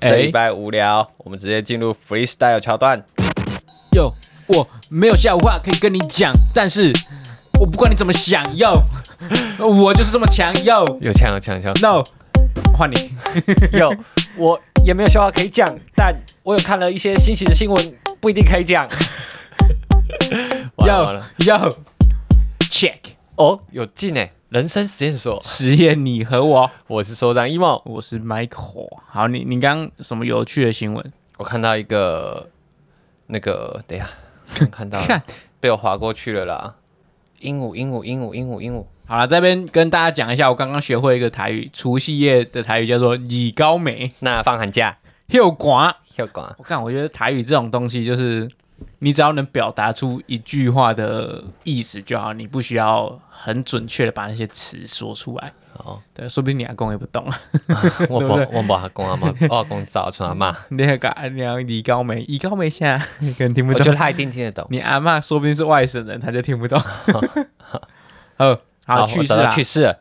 这哎礼拜无聊，我们直接进入 freestyle 桥段。哟，我没有下午话可以跟你讲，但是我不管你怎么想哟，我就是这么强哟。 有枪有枪有枪 No，换你。 有，我也没有笑话可以讲，但我有看了一些新奇的新闻，不一定可 以讲。完了完哟了，哟，check 哦，有进哎，人生实验所，实验哎你和我，我是首长 emo。我是 Michael。好，你你刚刚什么有趣的新闻？我看到一个那个，等一下，我看到了 看被我划过去了啦。鹦鹉，鹦鹉，鹦鹉，鹦鹉，鹦鹉。好了，这边跟大家讲一下，我刚刚学会一个台语，除夕夜的台语叫做“乙高梅 那放寒假，又寡”。要管我看，我觉得台语这种东西，就是你只要能表达出一句话的意思就好，你不需要很准确的把那些词说出来。哦，对，说不定你阿公也不懂。 我不，我不阿公阿妈，我阿公早出阿妈，你那个你要乙高梅，乙高梅现在 你可能听不我觉懂。得他一定听得 懂。你阿嬷说不定是外省人，他就 听不懂。哦，好，去我世找到啦，去世了，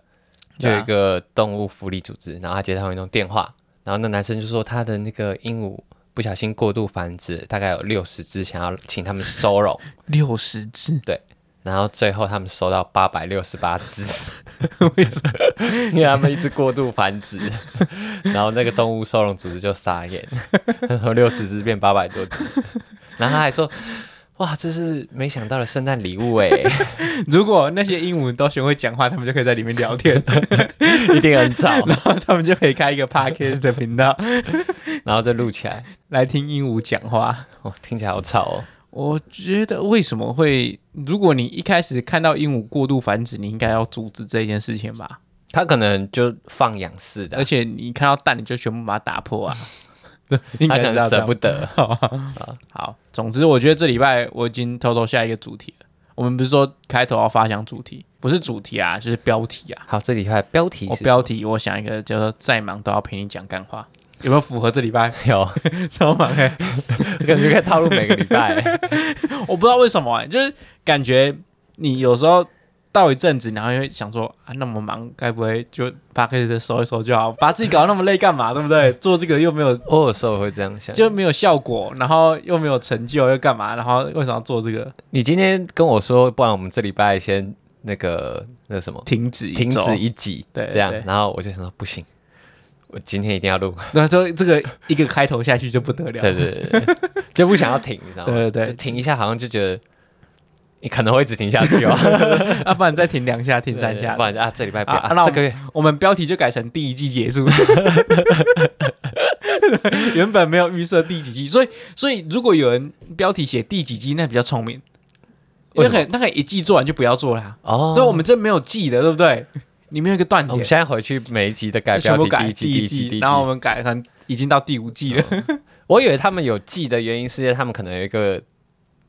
就对啊有一个动物福利组织，然后他接到一通电话，然后那男生就说他的那个鹦鹉不小心过度繁殖，大概有六十只，想要请他们收容， 六十只，然后最后他们收到八百六十八只， 为什么？因为他们一直过度繁殖，然后那个动物收容组织就傻眼，他说六十只变八百多只，然后他还说。哇，这是没想到的圣诞礼物哎，如果那些鹦鹉都学会讲话，他们就可以在里面 聊天，哦一定很吵，然后他们就可以开一个 podcast 的频道然后就录起来，来听鹦鹉讲话。哦，听起来好吵哦。我觉得为什么会？如果你一开始看到鹦鹉过度繁殖，你应该要阻止这件事情吧？他可能就放养式的而，且你看到蛋，你就全部把它打破 啊！应他该可能是这样嗯舍不得。 好，总之我觉得这礼拜我已经偷偷下一个主题了。我们不是说开头要发想主题，不是主题啊，就是标题啊。好，这里还有标题我是哦标题我想一个叫做“再忙都要陪你讲干话”，有没有符合这礼拜？ 什么 有，超忙哎、感觉可以套路每个礼 拜。我不知道为什么、欸，就是感觉你有时候到一阵子，然后就会想说啊，那么忙，该不会就把 c a s 收一收就好，把自己搞得那么累干嘛？对不对？做这个又没有我有时候会这样想，就就没有效果，然后又没有成就，又干嘛？然后为什么要做这个？你今天跟我说，不然我们这礼拜先那个那什么，停止一停周止，一集，对这样对。然后我就想说，不行，我今天一定要录。那就这个一个开头下去就不得了。对对对对，对 就不想要停，你知道吗？对对对就停一下，好像就觉得你可能会一直停下去哦，要、啊不然再停两下， 停三对对对 下不。然就啊，这礼拜不要，啊那啊我这个月我们标题就改成第一季结束， 原本没有预设第几季，所以所以如果有人标题写第几季，那比较聪明，为因为什么很那个一季做完就不要做啦。哦那、，我们这没有记的，对不对？里面有一个断我们点，现在回去每一集的改全标部题，哦改第一集，第一一哦集，第一然集后我们改成已经到第五季 了。我以为他们有记的原因是因为他们可能有一个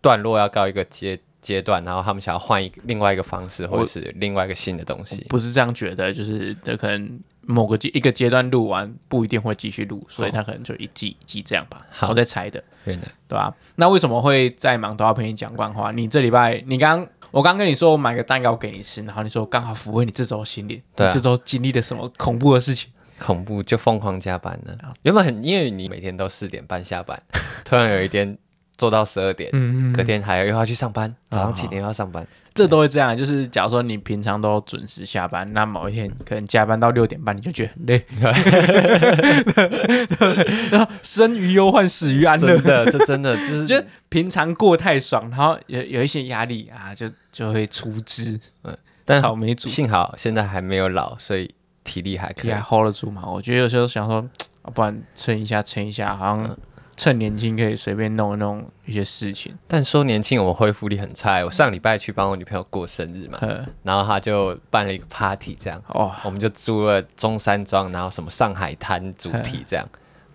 段落要到一个阶阶段，然后他们想要换一个另外一个方式，或者是另外一个新的东西。不是这样觉得，就是呃可能某个阶一个阶段录完不一定会继续录，所以他可能就一季一季这样吧。好我在猜的。原来对吧、那为什么会再忙都要陪你讲官话？你这礼拜，你刚我刚跟你说我买个蛋糕给你吃，然后你说我刚好抚慰你这周心灵，对啊你这周经历了什么恐怖的事情？恐怖就疯狂加班呢。哦原本很因为你每天都四点半下 班，突然有一天做到十二点，嗯隔天还要又要去上班，早啊上七点又要上班。这都会这样，就是假如说你平常都准时下班，那某一天可能加班到六点半，你就觉 得很累，然后生于忧患，死于安乐真。 的，这真的就是就是平常过太爽，然后有有一些压力啊，就就会出汁。呃但草莓煮幸好现在还没有老，所以体力还可可以以。还 hold 得住嘛？我觉得有时候想说，啊不然撑一下，撑一下，好像趁年轻可以随便弄一弄一些事情。但说年轻，我恢复力很差。我上礼拜去帮我女朋友过生日嘛，呃，然后她就办了一个 party，这样。哦，我们就租了中山装，然后什么上海滩主题嗯这样，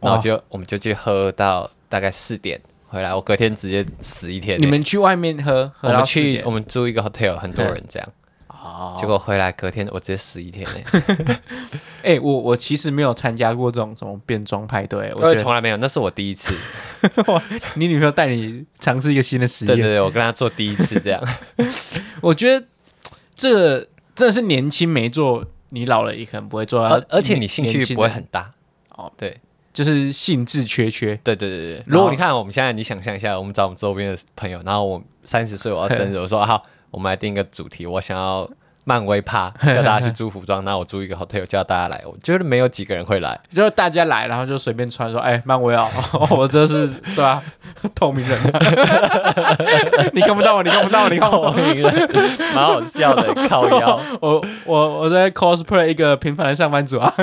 哇然后就我们就去喝到大概四点回来，我隔天直接死一天欸、你们去外面喝，我喝到们4去点我们租一个 hotel，很多人这样，哦。结果回来隔天我直接死一天欸哎、我我其实没有参加过这种什么变装派对，我我觉从来没有，那是我第一 次，得你女朋友带你尝试一个新的实对验，对对，我跟他做第一次 这样，我觉得这真的是年轻没做，你老了也可能不会做啊而而且你兴年趣轻不会人很大，哦对，就是兴致缺缺。对对对对，如果你看我们现在，你想象一下，我们找我们周边的朋友，然后我三十岁我要 生日，我说啊好，我们来定一个主题，我想要漫威 趴，叫大家去租服装，那我租一个 hotel 叫大家来，我觉得没有几个人会 来，就是大家来，然后就随便穿说，哎、漫威啊， 我这是对啊，透明人， 你看不到我，你看不到我，你 看不透到我，明人， 蛮好笑的，靠腰。我我我在 cosplay 一个平凡的上班族啊，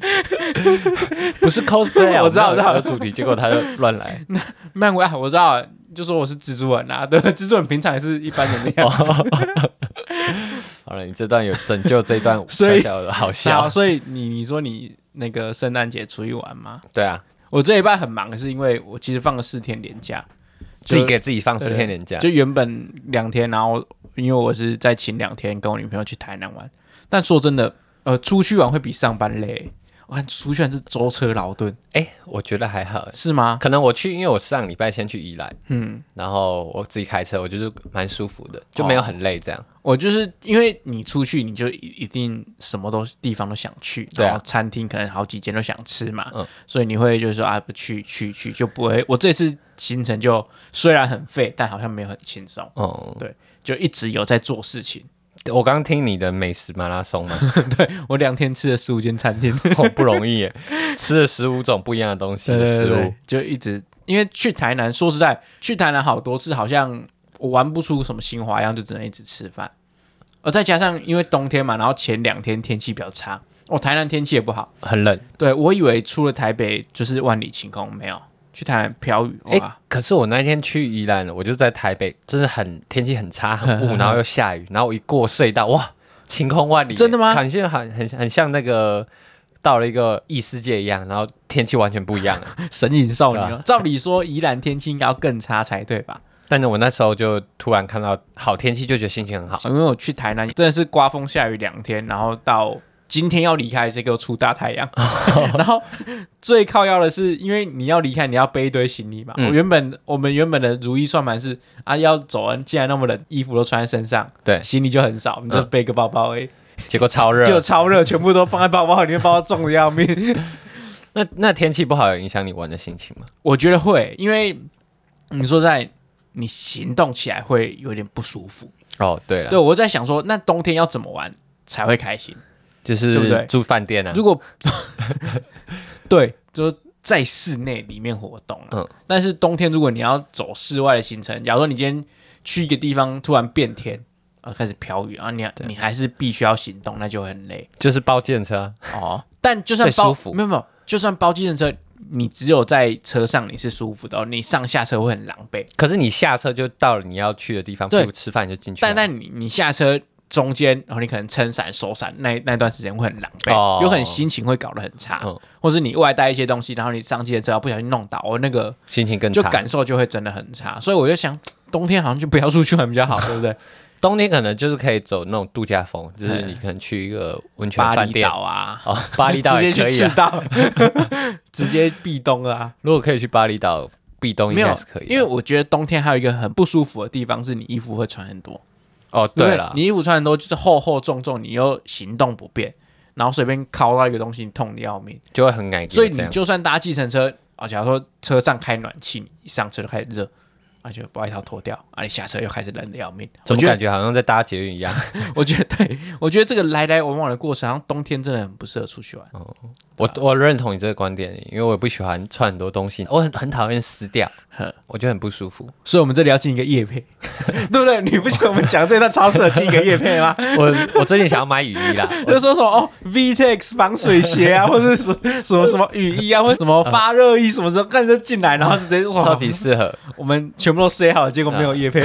不是 cosplay，啊我知们道我知道有主题，结果他就乱来。 漫威啊，我知道啊，就说我是蜘蛛人啊， 对，蜘蛛人平常也是一般人 的样子。好了，你这段有拯救这段 所小以小的好好，笑，所以你你说你那个圣诞节出去玩吗？对啊，我这一半很忙，是因为我其实放了四天年假，就自己给自己放四天年假，就原本两天，然后因为我是再请两天，跟我女朋友去台南玩。但说真的，呃，出去玩会比上班累。我看出去玩是舟车劳顿，哎，我觉得还好，是吗？可能我去，因为我上礼拜先去宜兰，嗯，哦然后我自己开车，我就是蛮舒服的，就没有很累这样。我就是因为你出去，你就一一定什么都地方都想去，对啊然后餐厅可能好几间都想吃嘛，嗯所以你会就是说啊，不去去去就不会。我这次行程就虽然很废，但好像没有很轻松，哦、就一直有在做事情。我刚听你的美食马拉松嘛， 我两天吃了十五间餐厅，哦不容易耶，吃了十五种不一样的东西的食物，，就一直因为去台南，说实在，去台南好多次，好像我玩不出什么新花样，就只能一直吃饭。而再加上因为冬天嘛，然后前两天天气比较差，哦，台南天气也不好。很冷。对，我以为出了台北就是万里晴空，没有去台南飘雨哎、哇，可是我那天去宜兰，我就在台北，真的很天气很差，很 雾，然后又下雨，然后我一过隧道，哇，晴空万里耶，真的吗感觉很很很像那个到了一个异世界一样，然后天气完全不一样。 神隐少女、对哦。照理说宜兰天气应该要更差才对吧？但是我那时候就突然看到好天气，就觉得心情很好。啊因为我去台南真的是刮风下雨两天，然后到今天要离开，这个出大太阳。哦 然后最靠要的是，因为你要离开，你要背一堆行李嘛。嗯我原本我们原本的如意算盘是啊，要走啊，既然那么冷，衣服都穿在身上，对行李就很少，我们就嗯背个包包而已，结果超热，就超热，全部都放在包包里面，包包重的 要命。那那天气不好有影响你玩的心情吗？我觉得会，因为你说在你行动起来会有点不舒服。哦，对了，对，我在想说，那冬天要怎么玩才会开心？就对不是对住饭店啊。如果 对，就是在室内里面活动、啊、嗯嗯，但是冬天如果你要走室外的行程，假如说你今天去一个地方突然变天啊，开始飘雨啊，你你还是必须要行动，那就会很累就是包建车啊，哦。但就算最包舒服没有没有，就算包计程车，你只有在车上你是舒服的、哦，你上下车会很狼狈。可是你下车就到了你要去的地方，对譬如吃饭就进去啊了。但但你你下车中间，然后你可能撑伞、收伞，那那段时间会很狼狈，哦有可能心情会搞得很差，嗯或是你外带一些东西，然后你上街之后不小心弄倒，哦我那个心情更就差。感受就会真的很差。所以我就想，冬天好像就不要出去玩比较好，对不对？冬天可能就是可以走那种度假风，就是你可能 去一个温泉巴饭厘店岛。啊， 哦，巴厘岛直也 接可去以赤啊。道， 直接避冬了啊。如果可以去巴厘岛避冬，应没该有啊是可以的。啊因为我觉得冬天还有一个很不舒服的地方是你衣服会穿很多。哦，对不对对了，你衣服穿很多，就是厚厚重重，你又行动不便，然后随便靠到一个东西，你痛的要命。就会很矮。所以你就算搭计程车，啊，假如说车上开暖气，你一上车就开始热，啊，就把外套脱掉，啊，你下车又开始冷的要命。怎么我觉感得，觉好像在搭捷运一样？ 我觉得对，我觉得这个来来往往的过程，好像冬天真的很不适合出去玩。哦我我认同你这个观点，因为我也不喜欢穿很多东 西，我很很讨厌撕掉呵，我觉得很不舒服。所以我们这里要进一个夜配， 对不对？你不觉得我们讲这段超适合进一个夜配吗？我我最近想要买雨衣 啦，就说什么哦，VTEX 防水鞋啊，或者是什什么什么雨衣啊，或者什么发热衣什么什么，看着进来，然后就直接说超级适合。我们全部都塞好了，结果没有叶配，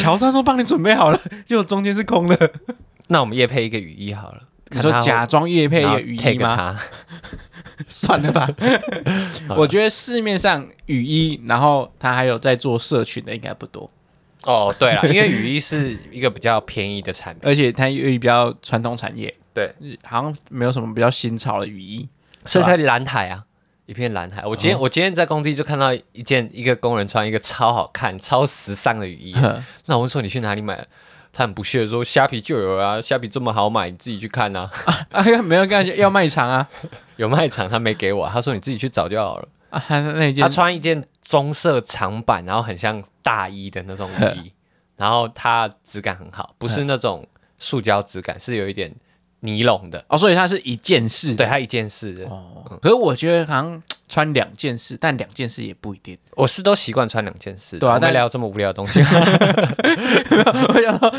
乔丹都帮你准备好了，结果中间是空的。那我们夜配一个雨衣好了。你说假装叶配一个雨衣吗？吗？算了吧，好了我觉得市面上雨衣，然后它还有在做社群的应该不多，哦，对了，因为雨衣是一个比较便宜的产品，而且它又比较传统产业，对，好像没有什么比较新潮的雨衣。所以才蓝海啊，一片蓝海。我今哦天、我今天在工地就看到一件一个工人穿一个超好看、超时尚的雨衣，那我问说你去哪里买的？他很不屑的说虾皮就有啊，虾皮这么好买，你自己去看啊。 啊，要没有感觉要卖场啊有卖场他没给我，啊他说你自己去找就好了。 啊，那一件他穿一件棕色长版，然后很像大衣的那种呵雨衣，然后它质感很好，不是那种塑胶质感，是有一点尼龙的。哦，所以它是一件事对，它一件式的，哦，可是我觉得好像穿两件事，但两件事也不一定。我是都习惯穿两件式的。对我啊们但聊这么无聊的东西， 我想说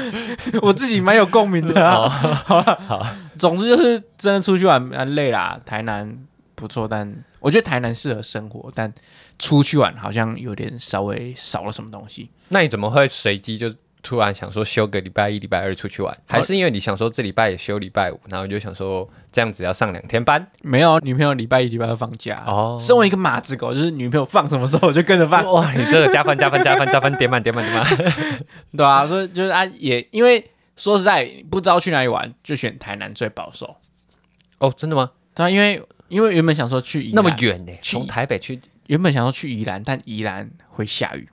我自己蛮有共鸣的哦啊。 好啦总之就是真的出去玩蛮累啦。台南不错，但我觉得台南适合生活，但出去玩好像有点稍微少了什么东西。那你怎么会随机就突然想说休个礼拜一、礼拜二出去玩？还是因为你想说这礼拜也休礼拜五，然后你就想说这样子要上两天班？没有女朋友礼拜一、礼拜二放假哦身为一个马子狗，就是女朋友放什么时候我就跟着放，哇，你这个加分加分加分加分，点满点满点满！对啊，所以就是啊，也因为说实在不知道去哪里玩，就选台南最保守。 哦，真的吗？对啊，因为因为原本想说去宜那么兰远呢，去从台北去原本想说去宜兰，但宜兰会下雨，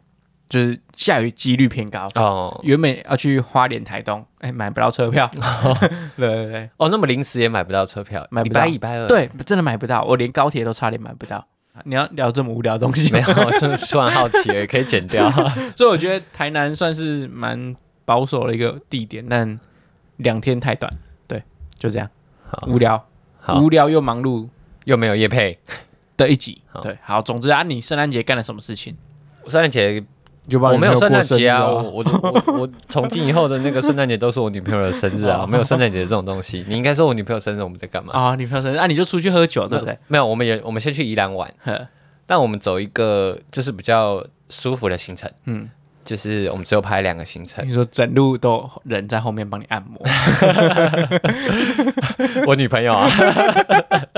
就是下雨几率偏高。哦原本要去花莲、台东，哎，买不到车票。 对对对哦，那么临时也买不到车票，买礼不到拜一、礼拜二。， 对，真的买不到，我连高铁都差点买不到。你要聊这么无聊的东西没， 有，就是突然好奇了，可以剪 掉。所以我觉得台南算是蛮保守的一个地点，但两天太短，对，就这样，好无聊，好无，聊又忙碌又没有叶配。的一集好。对，好，总之啊，你圣诞节干了什么事情？我圣诞节就帮我你没有圣过诞节啊，生日我我我我从今以后的那个圣诞节都是我女朋友的生日 啊，没有圣诞节这种东西。你应该说我女朋友生日我们在干嘛？啊，女朋友生日啊，你就出去喝酒，对不对？呃没有，我们也我们先去宜兰玩，呵但我们走一个就是比较舒服的行程，嗯，就是我们只有拍两个行 程。你说整路都有人在后面帮你按摩，我女朋友啊，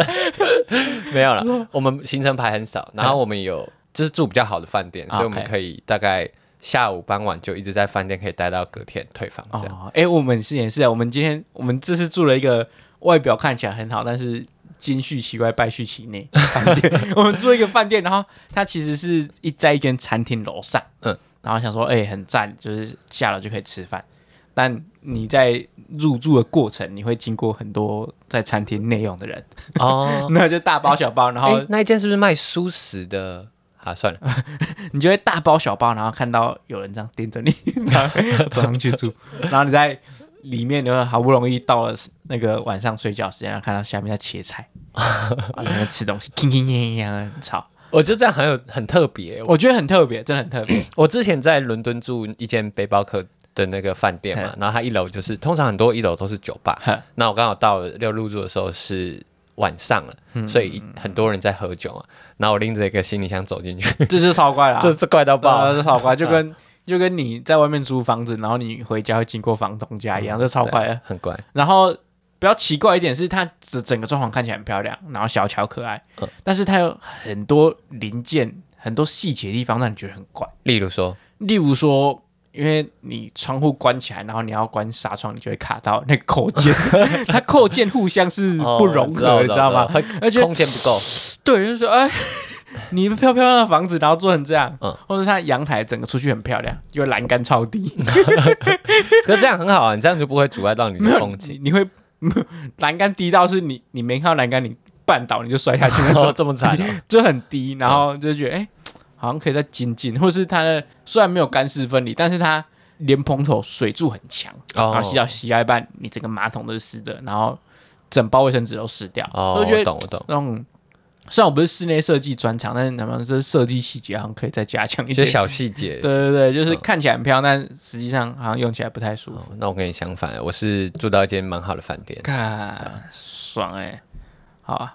没有了，我们行程排很少，然后我们有就是住比较好的饭店，啊所以我们 OK 可以大概下午傍晚就一直在饭店可以待到隔天退房这样。哦，哎、我们是也是啊，我们今天我们这次住了一个外表看起来很好，但是金续其外败絮其内饭店。我们住一个饭店，然后它其实是一在一间餐厅楼上，嗯嗯，然后想说，哎、很赞，就是下楼就可以吃饭。但你在入住的过程，你会经过很多在餐厅内用的人，哦，那就大包小包，然后哎，那一间是不是卖素食的？啊，算了，你就会大包小包，然后看到有人这样盯着你，然后走上去 住，然后你在里面，你会好不容易到了那个晚上睡觉时间，然后看到下面在切菜，然后在那边吃东西，叮叮叮叮很吵，我觉得这样很有很特别。我我觉得很特别，真的很特别。我之前在伦敦住一间背包客的那个饭店嘛，然后它一楼就是通常很多一楼都是酒吧， 呵那我刚好到了要入住的时候是晚上了，嗯所以很多人在喝酒嘛。然后我拎着一个行李箱走进去，这是超怪啦，这这怪到爆 对啊，这超怪，就跟就跟你在外面租房子，然后你回家会经过房东家一样，这超怪的对。很怪。然后比较奇怪一点是，它整整个装潢看起来很漂亮，然后小巧可爱，嗯但是它有很多零件、很多细节的地方让你觉得很怪。例如说，例如说，因为你窗户关起来，然后你要关纱窗，你就会卡到那个 扣件，它扣件互相是不融合，哦你知道吗？？我我而且空间不 够，对，就是说，哎， 你漂漂亮亮的房子，然后做成这样，嗯或者它阳台整个出去很漂亮，就栏杆超低，可是这样很好啊，你这样就不会阻碍到你的风景。你 你会栏杆低到是你你没看到栏杆，你绊倒你就摔下去那哦， 种，这么惨啊，就很低，然后就觉得哎、好像可以再精进，或是它的虽然没有干湿分离，但是它连蓬头水柱很强，哦然后洗澡洗到一半，你整个马桶都是湿的，然后整包卫生纸都湿掉，哦，我就我觉得懂，我懂。那种。虽然我不是室内设计专长，但是咱们这设计细节好像可以再加强一就点是。小细节对，对对，就是嗯看起来很漂亮，但实际上好像用起来不太舒服。哦那我跟你相反，我是住到一间蛮好的饭店。看，爽哎、好啊，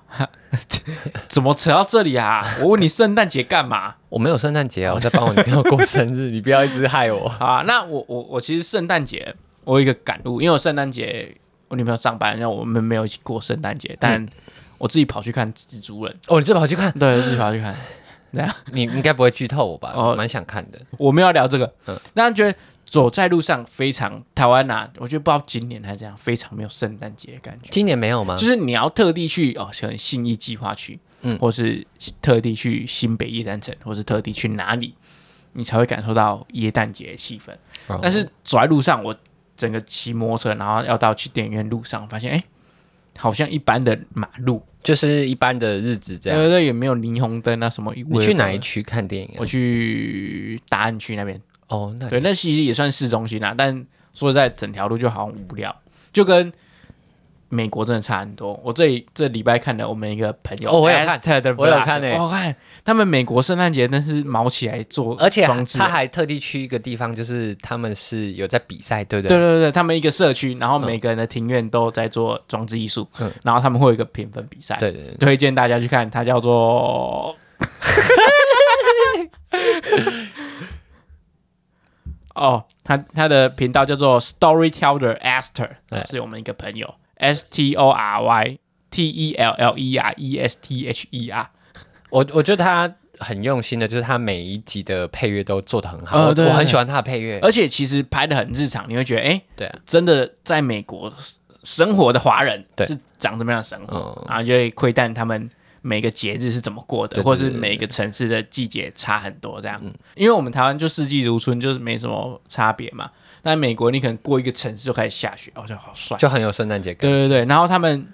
怎么扯到这里啊？我问你圣诞节干嘛？我没有圣诞节啊，我在帮我女朋友过生日，你不要一直害我。好啊，那我我我其实圣诞节我有一个感悟，因为我圣诞节我女朋友上班，然后我们没有一起过圣诞节，但我自己跑去看蜘蛛人，哦，你这么好去看，对，自己跑去 看。你应该不会剧透我吧？哦我蛮想看的。我们要聊这个嗯，那觉得走在路上非常台湾啊，我觉得不知道今年还是这样，非常没有圣诞节的感觉。今年没有吗？就是你要特地去哦，可能信义计划区，嗯嗯，或是特地去新北耶诞城，或是特地去哪里，你才会感受到耶诞节的气氛。哦但是走在路上，我整个骑摩托车，然后要到去电影院路上，发现哎、诶好像一般的马路，就是一般的日子这对样。对对，也没有霓虹灯啊什么。你去哪一区？区看电影、啊我？去大安区那边，哦，那对，那其实也算市中心啦，啊但说实在，整条路就好像无聊，就跟美国真的差很多。我这里这礼拜看的，我们一个朋友，哦我有看，Esther 的 vlog，我有看欸我看他们美国圣诞节那是毛起来做，而且装置的他还特地去一个地方，就是他们是有在比赛，对不对对？对对，他们一个社区，然后每个人的庭院都在做装置艺术，嗯然后他们会有一个评分比赛，对对对推荐大家去看，它叫做。 哦，他他的频道叫做 Storyteller Esther，对是我们一个朋友，S T O R Y T E L L E R E S T H E R，我我觉得他很用心的，就是他每一集的配乐都做的很好，呃我对我很对呃喜欢他的配乐。而且其实拍的很日常，你会觉得哎、诶对啊，真的在美国生活的华人对是长什么样的生活，嗯然后就会窥探他们每个节日是怎么过的，对对或是对对嗯每个城市的季节差很多这样。因为我们台湾就四季如春，就是没什么差别嘛。但美国你可能过一个城市就开始下雪，哦，就好帅。就很有圣诞节感。对对对，然后他们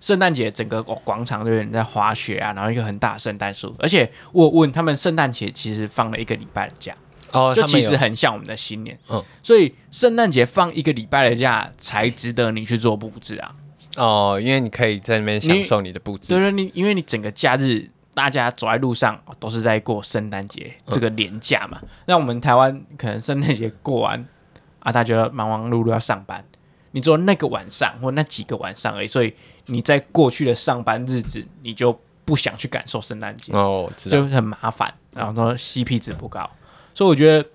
圣诞节整个哦广场都有人在滑雪啊，然后一个很大的圣诞树，而且我有问他们圣诞节其实放了一个礼拜的假，哦，就他们其实有很像我们的新年，嗯所以圣诞节放一个礼拜的假才值得你去做布置啊。哦，因为你可以在那边享受你的布所以置。说你因为你整个假日大家走在路上、哦都是在过圣诞节嗯这个年假嘛，那我们台湾可能圣诞节过完啊，大家忙忙碌碌要上班，你只有那个晚上或那几个晚上而已，所以你在过去的上班日子你就不想去感受圣诞节，哦，我知道就。很麻烦，然后 CP 值不高，所以我觉得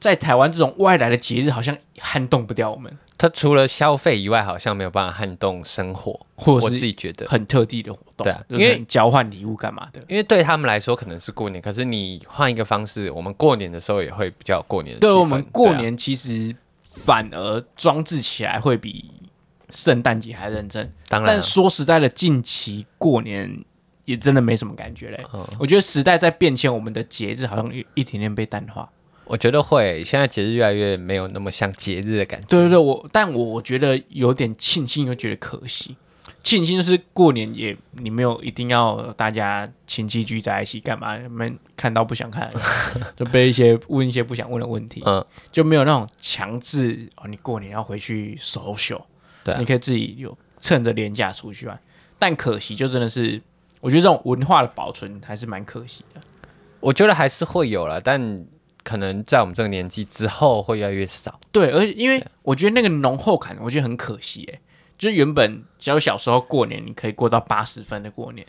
在台湾这种外来的节日好像撼动不掉我们，他除了消费以外，好像没有办法撼动生活，或我者自是己觉得。很特地的活动，对啊就是因为很交换礼物干嘛的。因为对他们来说可能是过年，可是你换一个方式，我们过年的时候也会比较有过年的气氛。对我们过对啊年其实反而装置起来会比圣诞节还认真，当然但啊说实在的，近期过年也真的没什么感觉嘞。嗯我觉得时代在变迁，我们的节日好像一一点点被淡化。我觉得会，现在节日越来越没有那么像节日的感觉。对对对，我但我我觉得有点庆幸，又觉得可惜。庆幸就是过年也你没有一定要大家亲戚聚在一起干嘛，你们看到不想看， 就被一些问一些不想问的问题。嗯，就没有那种强制哦，你过年要回去 social，对啊你可以自己有趁着廉价出去玩。但可惜就真的是，我觉得这种文化的保存还是蛮可惜的。我觉得还是会有了，但可能在我们这个年纪之后会越来越少。对，而且因为我觉得那个浓厚感，我觉得很可惜哎、就是原本只要小时候过年，你可以过到八十分的过年，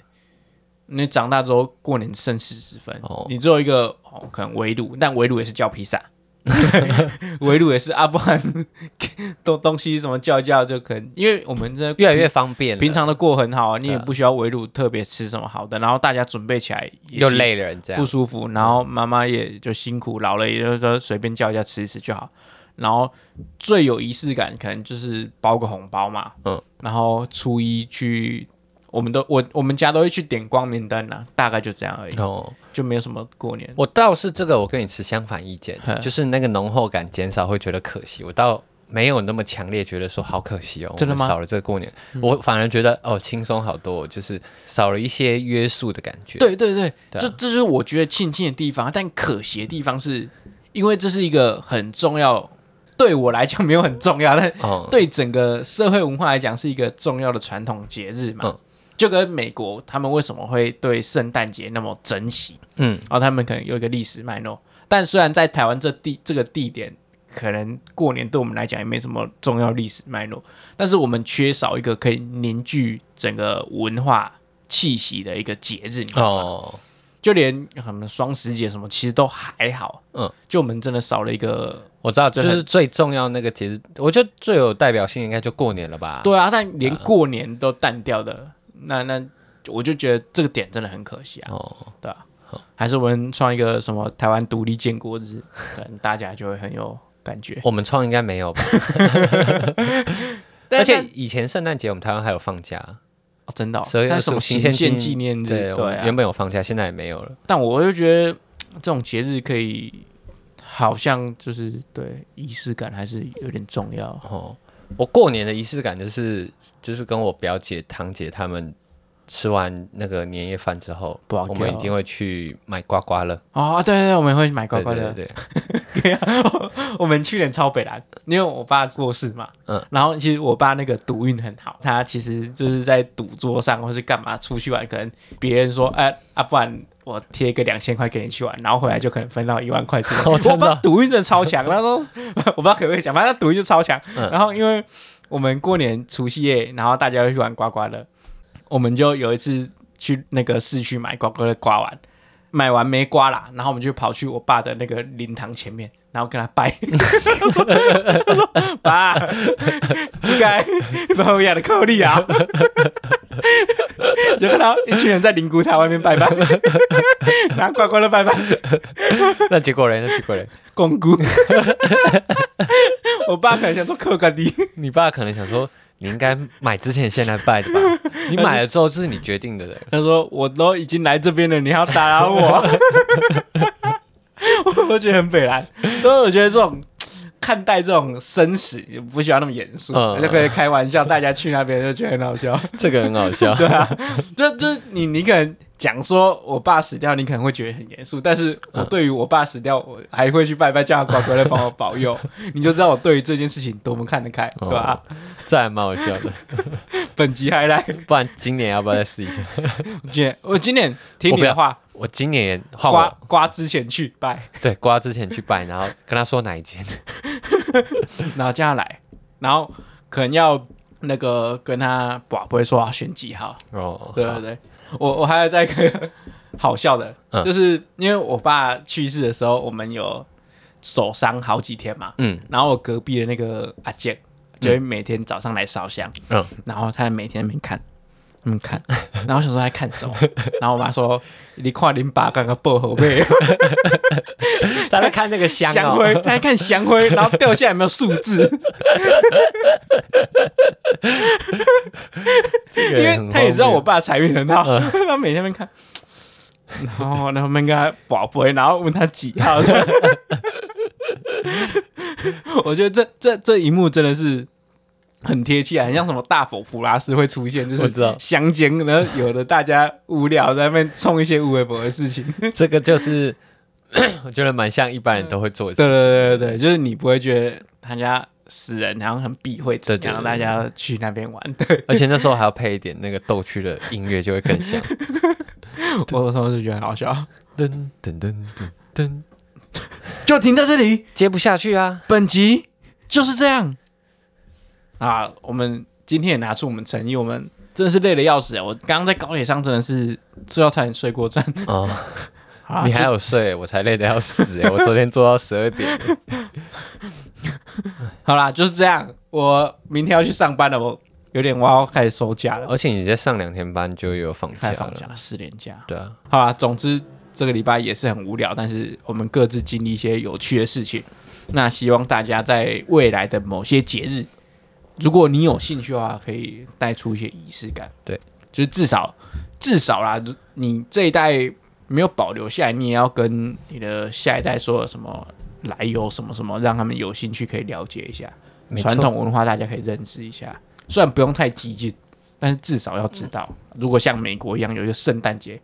你长大之后过年剩四十分，哦你只有一个哦，可能围炉，但围炉也是叫披萨， 围炉也是啊，不然 东东西什么叫一叫就可能，因为我们这越来越方便了，平常的过很好啊，你也对啊不需要围炉特别吃什么好的，然后大家准备起来也又是累了人这不样。舒服，然后妈妈也就辛苦，老了也就是说随便叫一下吃一吃就好。然后最有仪式感，可能就是包个红包嘛，嗯嗯，然后初一去，我们都我我们家都会去点光明灯啊，大概就这样而已，哦，就没有什么过年。我倒是这个，我跟你持相反意见嗯，就是那个浓厚感减少，会觉得可惜。我倒没有那么强烈觉得说好可惜哦，真的吗嗯我们少了这个过年，我反而觉得哦轻松好多、哦，就是少了一些约束的感觉。对对对，对啊这这就是我觉得庆幸的地方，但可惜的地方是因为这是一个很重要，对我来讲没有很重要，但哦，对整个社会文化来讲是一个重要的传统节日嘛。嗯就跟美国他们为什么会对圣诞节那么珍惜，嗯，然后他们可能有一个历史脉络。但虽然在台湾这地这个地点，可能过年对我们来讲也没什么重要历史脉络，但是我们缺少一个可以凝聚整个文化气息的一个节日。你知道吗哦，就连什么双十节什么，其实都还好。嗯，就我们真的少了一个我知道，就这很是最重要那个节日，我觉得最有代表性应该就过年了吧。对啊，但嗯连过年都淡掉的，那那我就觉得这个点真的很可惜啊，哦，对啊，还是我们创一个什么台湾独立建 国日，可能大家就会很有感觉。我们创应该没 有吧？但而且啊但以前圣诞节我们台湾还有放假，哦真的哦、所以但什么新行鲜宪纪纪念日，嗯对对，我们啊原本有放假，现在也没有了。但我就觉得这种节日可以好像就是对仪式感还是有点重要。哦，我过年的仪式感就是就是跟我表姐、堂姐他们吃完那个年夜饭之后，不好我们一定会去买刮刮乐。哦，对对对，我们会买刮刮乐。对对对对，啊 我们去年超北蓝，因为我爸过世嘛，嗯嗯，然后其实我爸那个赌运很好，他其实就是在赌桌上或是干嘛出去玩，可能别人说，哎、啊，不然我贴个两千块给你去玩，然后回来就可能分到一万块之类的。哦我真的爸赌运真的 超强，他说我不知道可不可以讲，反正他赌运就超强。嗯然后因为我们过年除夕夜，然后大家会去玩刮刮乐，我们就有一次去那个市区买刮刮乐刮完。买完没刮啦，然后我们就跑去我爸的那个灵堂前面，然后跟他拜，他说：“他说爸，这个把我养的扣力啊！”就看到一群人在灵骨塔外面拜拜，拿刮刮乐拜拜，那结果嘞？那结果嘞？光顾。我爸可能想说扣个你，你爸可能想说，你应该买之前先来拜的吧？你买了之后就是你决定的人。 他说我都已经来这边了，你还要打扰我， 我我觉得很北蓝，所以我觉得这种看待这种生死不需要那么严肃，嗯就可以开玩笑，大家去那边就觉得很好笑， 啊这个很好笑，就就是你你可能。讲说我爸死掉，你可能会觉得很严肃，但是我嗯对于我爸死掉，我还会去拜拜，叫他乖乖来帮我保佑， 你就知道我对于这件事情多么看得开，对吧？哦这还蛮好笑的。本集还来，不然今年要不要再试一下？我今年我今年听你我不的要话，我今年也换刮我，刮之前去拜。对，刮之前去拜，然后跟他说哪一间。然后叫他来，然后可能要那个跟他不不会说要选几号，哦，对对对，我我还有在一个 好笑的，嗯就是因为我爸去世的时候，我们有手伤好几天嘛，嗯然后我隔壁的那个阿健就会每天早上来烧香，嗯，然后他每天在那边看。他们看，然后我想说在看什么，然后我妈说：“你看你爸刚刚爆 后背。”大家看那个香香哦，灰，大家看香灰，然后掉下来有没有数字？这个因很为他也知道我荒爸财运很好， 他每天在那边看，然后然后们跟他宝贝，然后问他几号。 我觉得这这这一幕真的是很贴切啊，很像什么大佛普拉斯会出现，就我是知道乡间，然后有的大家无聊在那边冲一些无微博的事情。谬这个就是我觉得蛮像一般人都会做的事 对情。对对对对，就是你不会觉得他家死人然后很避讳怎对对样，对大家去那边 玩。对，而且那时候还要配一点那个逗趣的音乐，就会更像。我我当时觉得很好笑，噔噔噔噔噔，就停到这里。接不下去啊。本集就是这样啊！我们今天也拿出我们诚意，我们真的是累得要死。啊我刚刚在高铁上真的是睡到差点睡过站。哦，好啊你还有睡，我才累得要死哎！我昨天做到十二点，就好啦，就是这样。我明天要去上班了，我有点我要开始收假了，而且你再上两天班就有放假开始放假了。四连假。对啊，好啦，总之这个礼拜也是很无聊，但是我们各自经历一些有趣的事情。那希望大家在未来的某些节日，如果你有兴趣的话，可以带出一些仪式感。对，就是至少至少啦，如你这一代没有保留下来，你也要跟你的下一代说什么来由什么什么，让他们有兴趣可以了解一下没错传统文化，大家可以认识一下。虽然不用太激进，但是至少要知道，如果像美国一样有一个圣诞节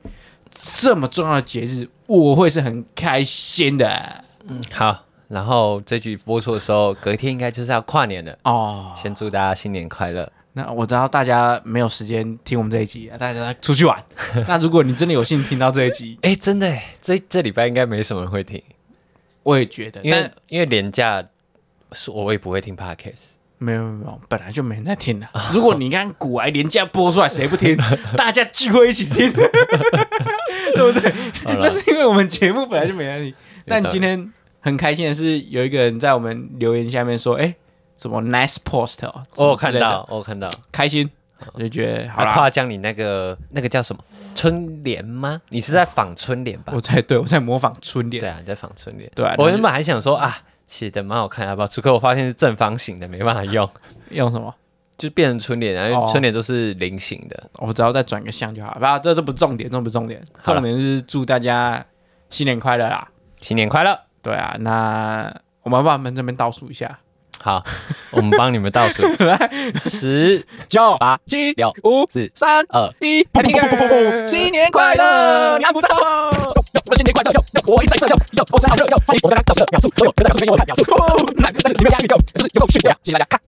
这么重要的节日，我会是很开心的好。然后这集播出的时候，隔天应该就是要跨年了。哦。先祝大家新年快乐！那我知道大家没有时间听我们这一集，大家出去 玩。那如果你真的有幸听到这一集，哎，真的哎，这这礼拜应该没什么人会听， 我也觉得，因为但因为廉价，是我也不会听 podcast。没有没有没有，本来就没人在听的。啊如果你看古癌廉价播出来，谁不 听？大家聚会一起 听，对不对？好啦但是因为我们节目本来就没人听。道理但今天很开心的是，有一个人在我们留言下面说：“哎，什么 nice post 哦，我有什么看之类的到，，我有看到，开心。”啊我就觉得好他啦，夸奖你那个那个叫什么春联吗？你是在仿春联吧我？在对我在模仿春对联，啊，你在仿春联。对啊那我就原本还想说啊，写的蛮好看，要不要？可我发现是正方形的，没办法 用，用什么？就变成春联啊，因哦为春联都是菱形的。我只要再转个向就好了。啊不，这这不重点，这不重点，好了重点是祝大家新年快乐啦！新年快乐！对啊，那我们要不要我们这边倒数一下，好，我们帮你们倒 数十、九八、七六、五四、三二，一砰砰砰砰砰砰新年快乐！你按不到。我新年快乐！哟，哟我一直在上吊，哟，我真好热，哟，欢迎我们大家倒数秒数都有，跟大家说声英文看秒数，哦，来，但是你们压力够，就是有够训练，谢谢大家，看。